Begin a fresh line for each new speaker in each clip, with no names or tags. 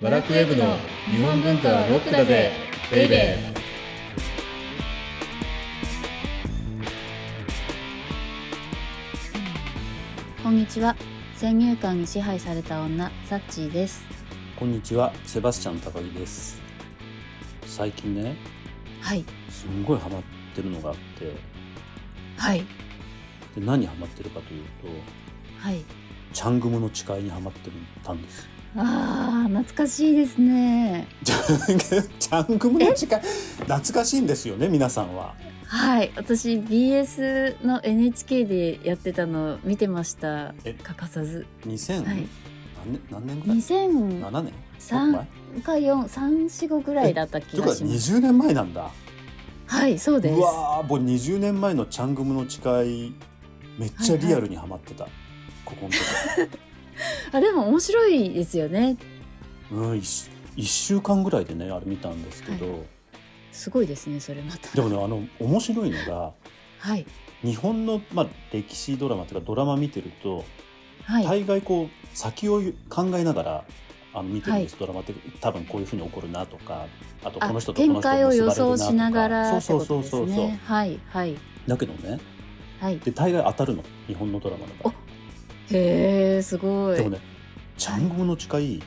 ワラクウェブの日本文化はロックだぜベイベー
こんにちは先入観に支配された女サッチーです
こんにちは、セバスチャン高木です。最近ね、
はい
すんごいハマってるのがあって、
はい
で何にハマってるかというと、
はい
チャングムの誓いにハマってるたんです。
あー懐かしいですね
チャングムの誓い、懐かしいんですよね、皆さんは。
はい私 BS の NHK でやってたの見てました
え
欠かさず
2000、
はい
何年何年ぐらい
2003
?7 年もっ
か
と
435ぐらいだった気
前という
が
か
します
20年前なんだ。
はいそうで
う
す
わー、もう20年前のチャングムの誓い、めっちゃリアルにハマってた。ここのとこ。
あでも面白いですよね
うん、一一週間ぐらいでね、あれ見たんですけど、
すごいですねそれまた
でもね、あの、面白いのが、
はい
日本の、まあ、歴史ドラマというかドラマ見てると、
はい
大概こう先を考えながらあの見てるんです、ドラマって多分こういうふうに起こるなとかあとこの人とこの
展
人
開を予
と
想
結ばれるな
しな
とか
がらって
そう
こ
そ
と
う
で
そ
す
うそう、
ねはいはい
だけどね
はい
で大概当たるの日本のドラマだから
へえすごい
でもね「ちゃんごの誓い」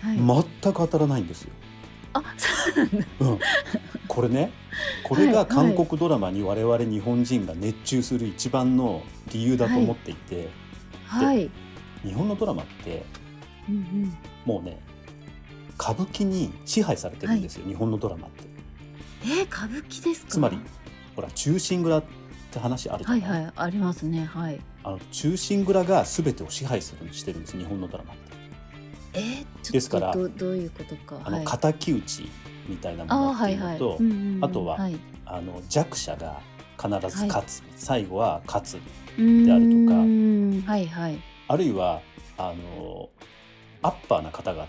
はい
全く当たらないんですよ、
あそうなんだ
うん、これねこれが韓国ドラマに我々日本人が熱中する一番の理由だと思っていて、
はい
日本のドラマって
うんうん
もうね歌舞伎に支配されてるんですよ、日本のドラマって
えー、歌舞伎ですか
つまりほら「忠臣蔵」って話あるじゃ
は
ない
いはいありますねはい
あの忠臣蔵が全てを支配するしてるんです日本のドラマって
えー、ちょっと
ですから
どどういうことか
あの、
はい、
敵討ちみたいなも
あー
のって
はいいうは
の
い
と、
うんうんうん
あとは
はい、
あの弱者が必ず勝つ、最後は勝つ
で
あるとか
かはいはい
あるいはあのアッパーな方々っ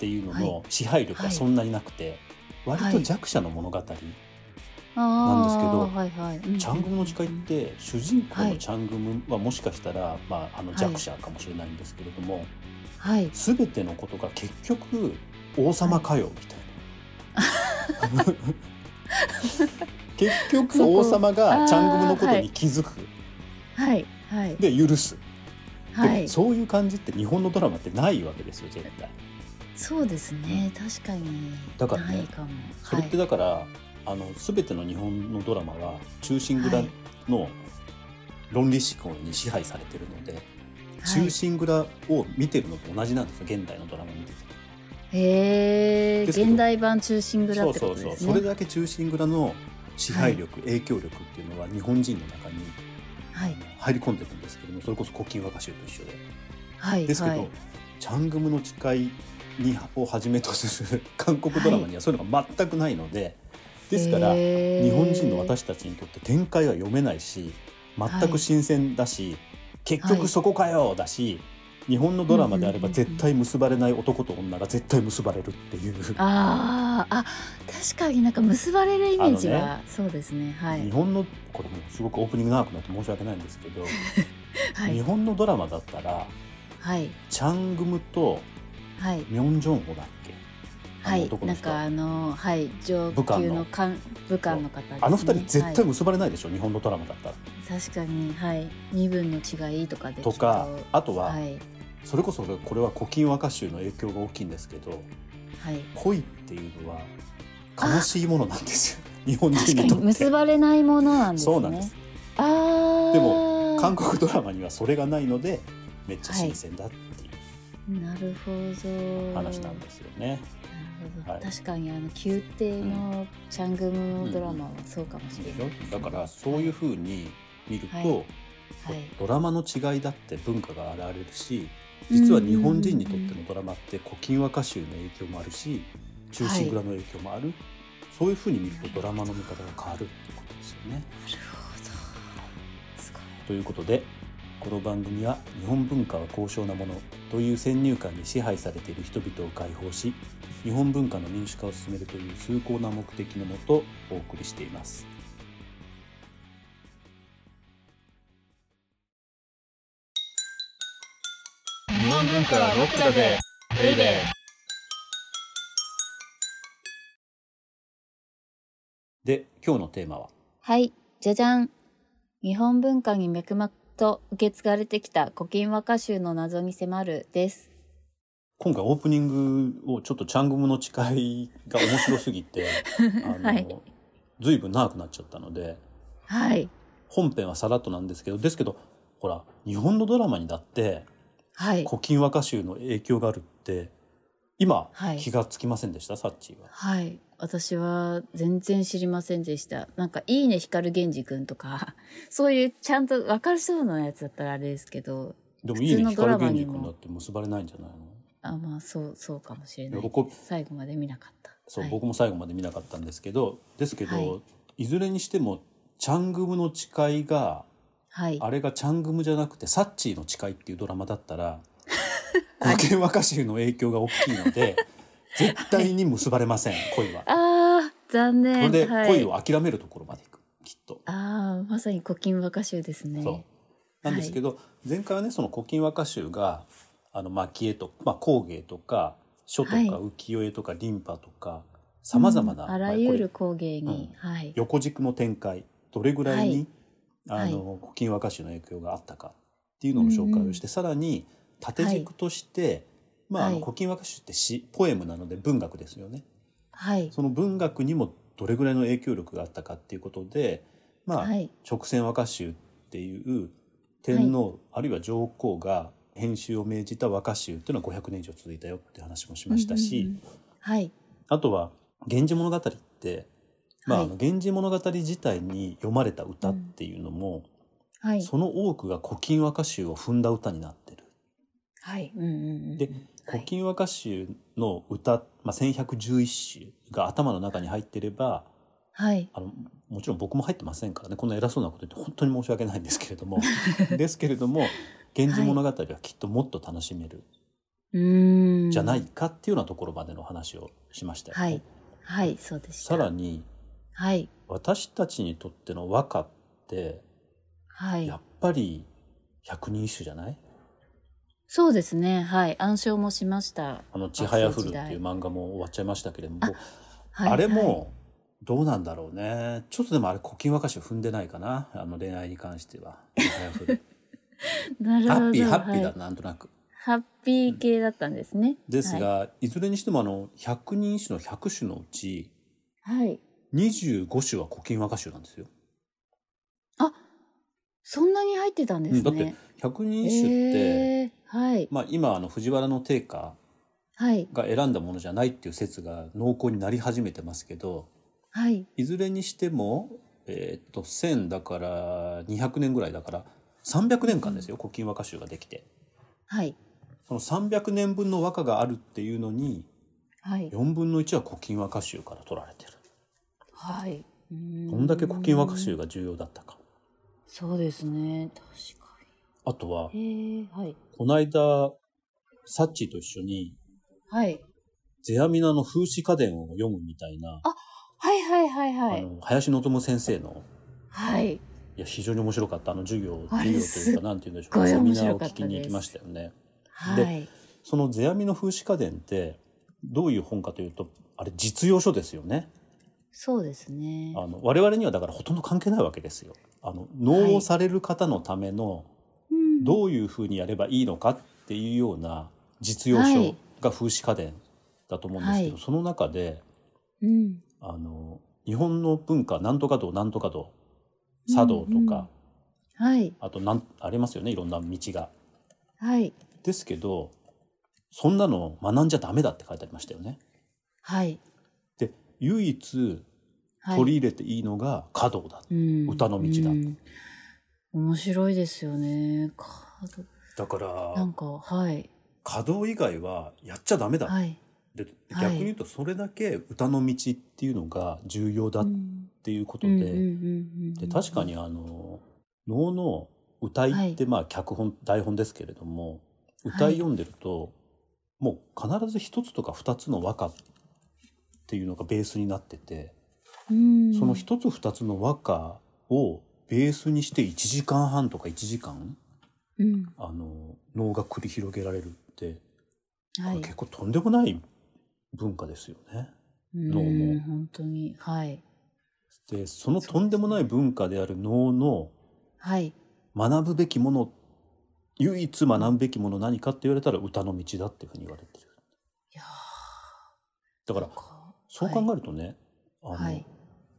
ていうのの支配力がそんなになくて、割と弱者の物語、
なん
ですけど
はいはいうんうん
チャングムの誓いって主人公のチャングムはもしかしたら、まあ、あの弱者かもしれないんですけれども、
はい
全てのことが結局王様かよみた いな。結
そ
局
こ
王様
あー
がチャングムのこと
はい
に気づく、
はいはい
で許す、
は
で
い
そういう感じって日本のドラマってないわけですよ絶対。
そうですね確かに
だからね
ないかも
それってだから、あの全ての日本のドラマは「忠臣蔵」の論理思考に支配されてるので。
はいは
忠臣蔵を見てるのと同じなんですよ現代のドラマ見てて
い、へえ
ですけど
現代版中心蔵
そ
っ
う
て
そ
こ
う
と
そう
です
それ
ね
だけ忠臣蔵の支配力、影響力っていうのは日本人の中に
はい
入り込んでるんですけどもそれこそ古今和歌集と一緒で
はい
ですけど、
はい
チャングムの誓いにをはじめとする 韓国ドラマにはそういうのが全くないので、ですから日
日
本人の私たちにとって展開は読めないし全く新鮮だし、結
はい
局そこかよだし、日本のドラマであれば
うんうんうんうん
絶対結ばれない男と女が絶対結ばれるっていう、
あーあ確かになんか結ばれるイメージ
あ
は、そうですねは
日
い
本のこれもうすごくオープニング長くなって申し訳ないんですけど、
は
日
い
本のドラマだったら
はい
チャングムと
はい
ミョン・ジョンホだっけあ
は
の
い
男
な
の
ん
人
かあのはい上
武官
級
の
の官武官の方ですね
あの二人絶対
はい
結ばれないでしょ、日本のドラマだったら。
確かにはい身分の違いとかで
とか
きっ
あとは、
はい
それこそこれは「古今和歌集」の影響が大きいんですけど
はい
恋っていうのは悲しいものなんですよ日本
確
人
か
に
に
とって。
結ばれないものなんですね
そうなんです
あー
でも韓国ドラマにはそれがないのでめっちゃ新鮮だっていう
なるほど
話なんですよね。
なるほど
はい
確かにあの宮廷のチャングムのドラマはそうかもしれ
でし
ない
ょ
ですね、
だからそういうふうに見ると、
はい
こう
はい
ドラマの違いだって文化が現れるし実は日本人にとってのドラマって「古今和歌集」の影響もあるし「忠臣蔵」の影響もある、そういうふうに見るとドラマの見方が変わるってことですよね。
なるほど。すごい。
ということでこの番組は日本文化は高尚なものという先入観に支配されている人々を解放し日本文化の民主化を進めるという崇高な目的のもとお送りしています。
日本文化はロックだぜベイベー
で今日のテーマは
はい、じゃじゃん。日本文化に脈々と受け継がれてきた古今和歌集の謎に迫るです。
今回オープニングをちょっとチャングムの誓いが面白すぎ てあの、
はい
ずいぶん長くなっちゃったので
はい。
本編はさらっとなんですけどですけどほら日本のドラマにだって
はい。
古今和歌集の影響があるって今、
はい
気がつきませんでしたサッチーは。
はい。私は全然知りませんでした。なんか、いいね光源氏くんとか、 そういうちゃんとわかる人のやつだったらあれですけど、
でもい
普
いね
通のド
光
ラマ
源
に
氏
も
君だって結ばれないんじゃないの
あ、まあ、そう、そうかもしれない
僕
です。最後まで見なかった。
そう、
はい
僕も最後まで見なかったんですけどですけど、、
はい
ずれにしてもチャングムの誓いが
はい。
あれがチャングムじゃなくてサッチーの誓いっていうドラマだっ たら古今和歌集の影響が大きいので絶対に結ばれません 恋は。
ああ、残
それ
念。
で
はい、
恋を諦めるところまでいくきっと。
ああ、まさに古今和歌集ですね。
そうなんですけど、前回はねその古今和歌集があの蒔絵と、まあ、工芸とか書とか
はい
浮世絵とか林波とかさまざまな、
うん
ま
あら
こ
ゆ
れ
る工芸に、はい。
横軸の展開どれぐらいに、
はい
あの古今和歌集の影響があったかっていうのの紹介をして、さらに縦軸として、まああの
はい
古今和歌集って詩ポエムなので文学ですよね。
はい。
その文学にもどれぐらいの影響力があったかっていうことで、まあ
はい
直線和歌集っていう天皇、あるいは上皇が編集を命じた和歌集っていうのは500年以上続いたよって話もしましたし、
うんうんうんはい。
あとは「源氏物語」って、まあ
はい
あの源氏物語自体に読まれた歌っていうのも、
はい。
その多くが古今和歌集を踏んだ歌になってる。
はい。うんうんうん。
で古今和歌集の歌、まあ、1111首が頭の中に入ってれば
はい。
あのもちろん僕も入ってませんからねこんな偉そうなこと言って本当に申し訳ないんですけれ どもですけれども「源氏物語」はきっともっと楽しめる
うーん。
じゃない。かっていうようなところまでの話をしましたよね。
はい。はい、そうでした。
さらに
はい。
私たちにとっての和歌って
はい
や。っぱり百人一首じゃない
そうですね。はい。暗唱もしました。
あの「ちはやふる」
学
ってい
生
う
時代
漫画も終わっちゃいましたけれども
はい。
あれもどうなんだろうねちょっとでもあれ古今和歌集踏んでないかなあの恋愛に関しては「ち はやふる」
はい、な
ハ
るほど。
ッピーハッピー
は
だ
い。
なんとなく。
ハッピー系だったんですね。
ですが、い、ずれにしてもあの100人種の100種のうち
はい。はい。
25種は古今和歌集なんですよ。
そんなに入ってたんですね。
うんだって100人種って、
えーはい。
まあ、今あの藤原の定家
はい。
が選んだものじゃないっていう説が濃厚になり始めてますけど
はい。
いずれにしても、えーっと1000だから200年ぐらいだから300年間ですよ、古今和歌集ができて。
はい。
その300年分の和歌があるっていうのに
はい。
4分の1は古今和歌集から取られてる。
はい。うー
どんだけ古今和歌集が重要だったか。
そうですね。確か
あとは、
に。へえはい。
この間、サッチーと一緒に、
はい。
ゼアミナの風刺家電を読むみたいな、
はいはいはいは
あ
い。
の、林望先生の、
はい。
いや、非常に面白かった、あの授業、
あ
授
れ
業というか、なんて言うんでしょう
すっごい
セミ
面
ナー
白
を
かっ
聞
た
きに行き
です
ましたよね。
はい。
その世阿弥の風刺家電って、どういう本かというと、あれ実用書ですよね。
そうですね。
あの、我々にはだからほとんど関係ないわけですよ。あの、納をされる方のための、
うん
どういうふうにやればいいのかっていうような実用書が風刺家電だと思うんですけど、
はい
その中で
うん。
あの日本の文化なんとか道なんとか道茶道とか、
うんうんはい。
あとなんありますよねいろんな道が。
はい。
ですけどそんなの学んじゃダメだって書いてありましたよね。
はい。
で唯一
はい。
取り入れていいのが華道だ、
うん
歌の道だ
うん面白いですよね。カード
だか
な
ら
んか、はい。
華道以外はやっちゃダメだ、
はい。
で
はい
逆に言うとそれだけ歌の道っていうのが重要だっ
うん
ていうこと
う
で。
んうんうんう
で
ん
確かにあの能の歌いってまあ脚本、台本ですけれども歌
はい
い読んでると、もう必ず一つとか二つの和歌っていうのがベースになってて、
うん
その一つ二つの和歌をベースにして1時間半とか1時間
うん
あの能が繰り広げられるって、
はい
結構とんでもない文化ですよね。
うん
どうも
本当にはい
でそのとんでもない文化である能の
はい。
学ぶべきもの唯一学ぶべきもの何かって言われたら歌の道だっていうふうに言われてる
いや
だからそう考えるとね、
ー
あ
は
の
い。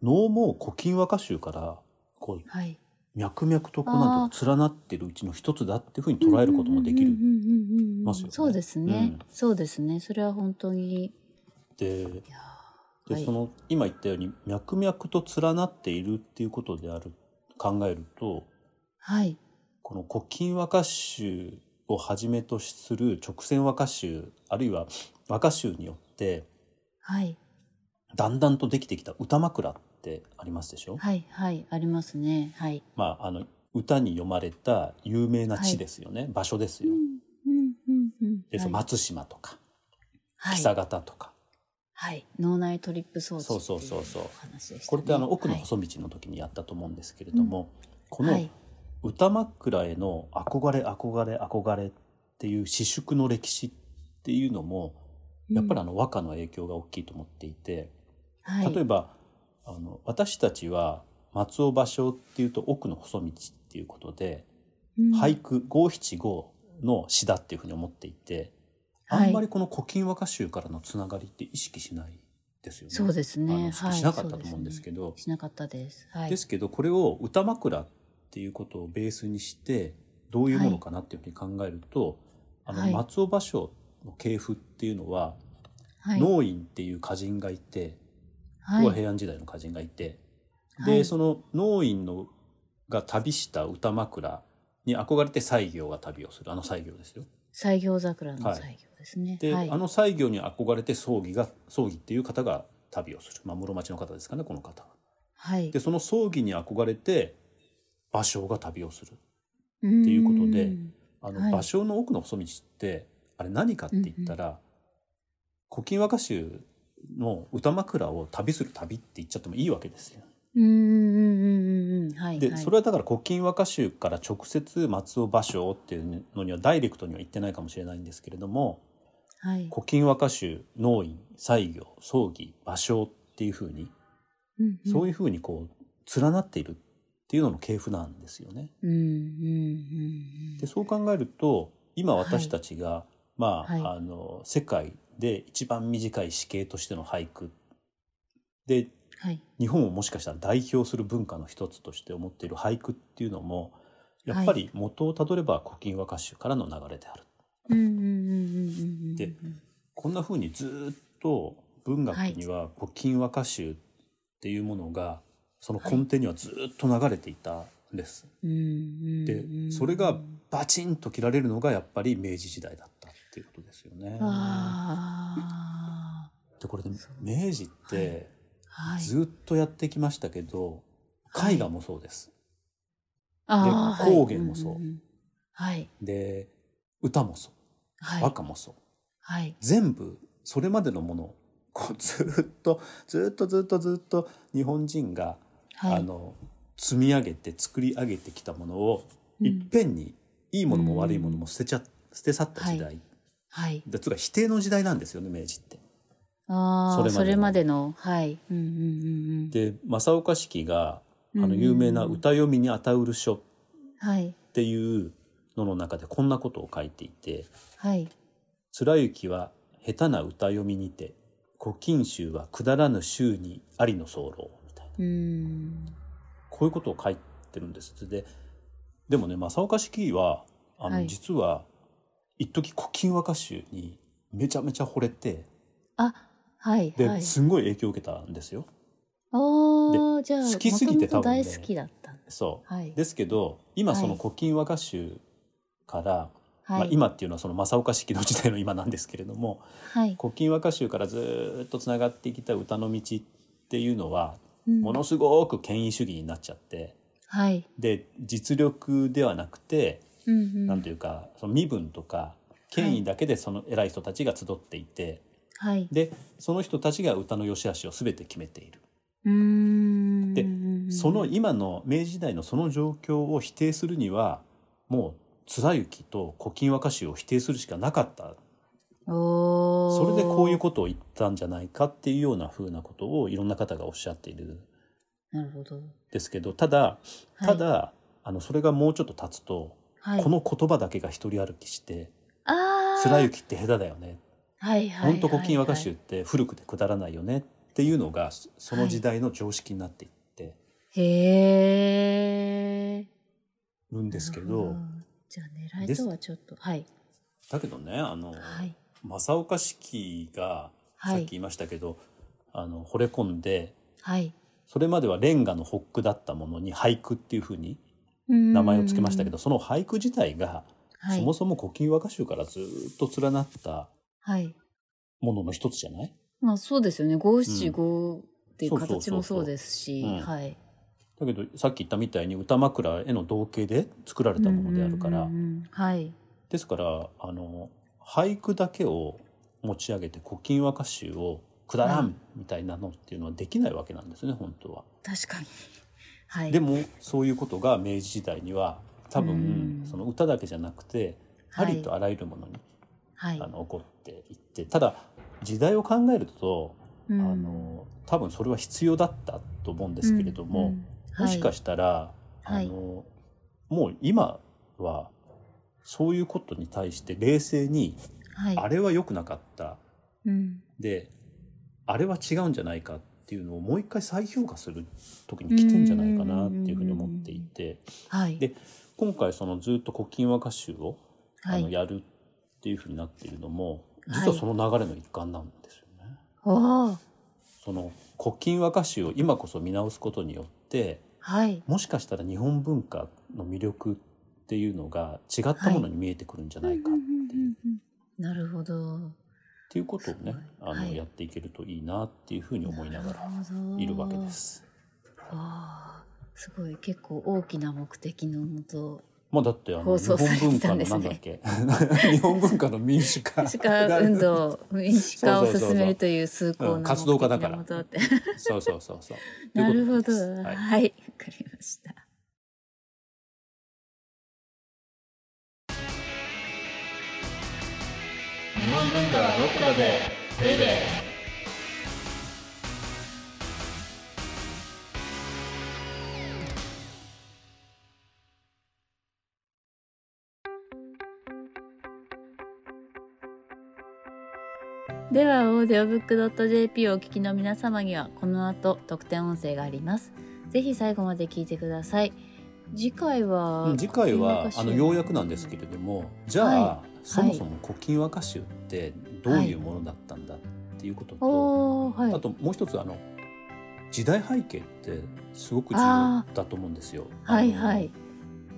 能も古今和歌集からこう
はい。
脈々とこうなんていうの連なってるうちの一つだっていうふうに捉えることもできる
うんうんうんうんうん
ますよね
そうですね、
うん
そうですね。それは本当に。い
で
やー
で、
はい
その今言ったように脈々と連なっているっていうことである考えると
はい。
この古今和歌集をはじめとする直線和歌集あるいは和歌集によって
はい。
だんだんとできてきた歌枕ってありますでしょ、
はい。はい。ありますね。はい。
まあ、あの歌に読まれた有名な地ですよね、場所ですよ。
うんうんうん
でその
はい
松島とか、
はい
木佐方とか、
はい。脳内トリップ装置。
そうそうそうそう
話でしたね。
これってあの奥の
はい
細道の時にやったと思うんですけれども、こ
は
の
い。
歌枕への憧れ憧れ憧れっていう私縮の歴史っていうのもやっぱりあの和歌の影響が大きいと思っていて、
はい。
例えばあの私たちは松尾芭蕉っていうと奥の細道っていうことで、
うん
俳句五七五の詩だっていうふうに思っていて
は
あ
い
んまりこの古今和歌集からのつながりって意識しないですよね。
そうですね
あの意
は
識
い
しなかったと思うんですけど、
しなかったです。はい。
ですけどこれを歌枕っていうことをベースにしてどういうものかなっていうふうに考えると、
はい
あ
は
の
い
松尾芭蕉の系譜っていうのは、
はい。
農院っていう歌人がいて、
はい
要は平安時代の歌人がいて、
は
で
い
その農院のが旅した歌枕に憧れて西行が旅をするあの西行ですよ。
西行桜の
はい
西行ですね。
で、
はい
あ。の西行に憧れて葬儀が葬儀っていう方が旅をする、まあ、室町の方ですかねこの方は。
はい
で。その葬儀に憧れて芭蕉が旅をする
て
いうことであの、
はい
芭蕉の奥の細道ってあれ何かって言ったら、古今和歌集の歌枕を旅する旅って言っちゃってもいいわけですよ。
うんうんうんうんうん。はい。
で、
はい
それはだから古今和歌集から直接松尾芭蕉っていうのにはダイレクトには言ってないかもしれないんですけれども
はい。
古今和歌集農院西行葬儀芭蕉っていうふうに、
うんうん
そういうふうにこう連なっているっていうのの系譜なんですよね。
うんうんうんう
で
ん。
そう考えると今私たちが、まあ,、
はい
あの世界で一番短い詩形としての俳句で
はい。
日本をもしかしたら代表する文化の一つとして思っている俳句っていうのもやっぱり元をたどれば古今和歌集からの流 れである。
うんうんうんうんうんうん。
でこんな風にずーっと文学には古今和歌集っていうものがその根底にはずーっと流れていたんです。
うんうん
で
うん
それがバチンと切られるのがやっぱり明治時代だったっていうことですよね。
あ
でこれで明治って
あ。はい。
ずっとやってきましたけ
は
ど、
い
絵画もそうです。
ああは
で
い
高原もそうん
んんはい。
で歌もそう
はい。
和歌もそう、
はい。
全部それまでのものをこうずっとずっとずっとずっと日本人が、
はい。
あの積み上げて作り上げてきたものを、
うん
いっぺんにいいものも悪いものも捨てちゃ捨て去った時代、
ははい。
だつうか否定の時代なんですよね明治って。
あ
それまで
あ、それまでの、
の
はい。うんうんうんうん。
で正岡子規があ
うん
の有名な「歌読みにあたうる書」
はい。
っていうのの中でこんなことを書いていて
はい。
「貫之は下手な歌読みにて古今集はくだらぬ衆にありの候」みたいな
うーん。
こういうことを書いてるんですってででもね正岡子規はあの、
はい
実は一時古今和歌集にめちゃめちゃ惚れて
あ、はい。
で、
はい。
すんごい影響を受けたんですよ。
ああ、じゃあ、
好きすぎて多
元々
分ね
大好きだった。
そう
はい。
ですけど今その
はい
古今和歌集から、
はい。
まあ、今っていうのはその正岡式の時代の今なんですけれども
はい。
古今和歌集からずーっとつながってきた歌の道っていうのは
うん
ものすごく権威主義になっちゃって
はい。
で実力ではなくて
うんうん。
何ていうかその身分とか権威だけでその偉い人たちが集っていて
はい。
でその人たちが歌の良し悪しを全て決めている。
うーん。
でその今の明治時代のその状況を否定するにはもう貫之と古今和歌集を否定するしかなかった
お
そ
ー
れでこういうことを言ったんじゃないかっていうようなふうなことをいろんな方がおっしゃっている
なるほど。
ですけどただ
はい
ただ、、あのそれがもうちょっと経つと、
はい、
この言葉だけが一人歩きして「
あー
貫之って下手だよね」
はい
「
はい
ほんと古今和歌
は
集って古くてくだらないよね」っていうのがそその時代の常識になっていって
いへえ。
るんですけ
なる
ど
ほじゃあ狙いとはちょっとはい
だけどねあの
はい
正岡子規がさ
は
っ
い
き言いましたけどあの惚れ込んで
はい。
それまではレンガのホックだったものに俳句っていうふうに
名
名前を付けましたけどその俳句自体が
はい、
そもそも古今和歌集からずっと連なった
はい。
ものの一つじゃない
まあそうですよね。五七五っていう
そうそうそう
形
そう
もそうですし、
うん
はい。
だけどさっき言ったみたいに歌枕への同型で作られたものであるから、
うんうんうんうんはい。
ですからあの俳句だけを持ち上げて古今和歌集をくだら
うん
んみたいなのっていうのはできないわけなんですね本当は。
確かに。はい。
でもそういうことが明治時代には多分
うん
その歌だけじゃなくてありとあらゆるものに、
はい、
あの起こっていってただ時代を考えると、
うん
あの多分それは必要だったと思うんですけれども。
うんうん
もしかしたら、
はい
あのもう今はそういうことに対して冷静に、
はい、
あ
れ、
れは良くなかった
うん、
であれは違うんじゃないかっていうのをもう一回再評価する時に来てんじゃないかなっていうふうに思っていて
はい。
で今回そのずっと「古今和歌集を」
は
あの
い。
やるっていうふうになっているのも
はい
実はその流れの一環なんですよね。
ああ、
その古今和歌集を今こそ見直すことによって
はい。
もしかしたら日本文化の魅力っていうのが違ったものに見えてくるんじゃないか
う
っ
んうんうんうんなるほど。
ていうことをね、
はい
あ
は
の
い
やっていけるといいなっていうふうに思いながら
ら
いるわけで。す。
ああ、すごい結構大きな目的のも と
まあだってあの
放
日
送
本
され
文
て
化
たん
の
です
なん
ね
だっけ 日本文化の民主化
民主化運動、民主化を進めるという崇高
うん
な
活動家だから
目的のもとって
そうそうそうそう。
なるほ
と
ど。
いうことです
は、
はいい
わ、はい、わかりました。
日本文化はロックだぜベイベー
では、オーディオブックドット JP をお聞きの皆様には、この後、特典音声があります。ぜひ最後まで聞いてください。次回は
うん、次回は
古今和歌集
あのようやくなんですけれどもじゃあ、
は
そもそも古今和歌集ってどういうものだったんだっていうことと、
おお、はい。
あともう一つあの時代背景ってすごく重要だと思うんですよ。
はい
あの
はい。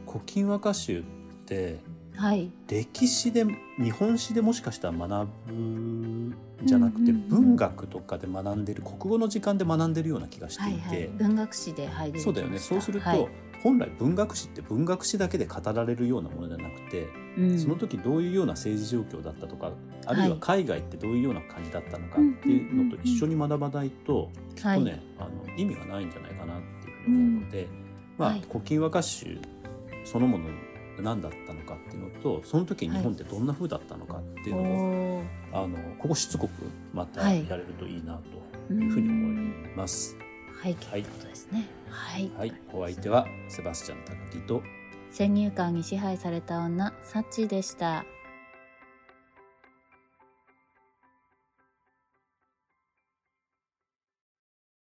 古今和歌集って
はい。
歴史で日本史でもしかしたら学ぶんじゃなくて、
うんうんうん
文学とかで学んでる国語の時間で学んでるような気がして
はいい
て、
はい。文学史で、はい。出てき
そうだよ
ま
ね
した
そうすると、
はい
本来文学史って文学史だけで語られるようなものじゃなくて、
うん
その時どういうような政治状況だったとかあるい
は
はい海外ってどういうような感じだったのかっていうのと一緒に学ばないときっとね、あの意味がないんじゃないかなっていうふうに思うので、まあ
はい
古今和歌集そのもの何だったのかっていうのとその時日本ってどんな風だったのかっていうのを、
おー
あのここしつこくまた
は
や
い
れるといいなというふうに思います。
背景ということですね。はい。
はい、お相手はセバスチャン高木と
先入観に支配された女、サッチでした。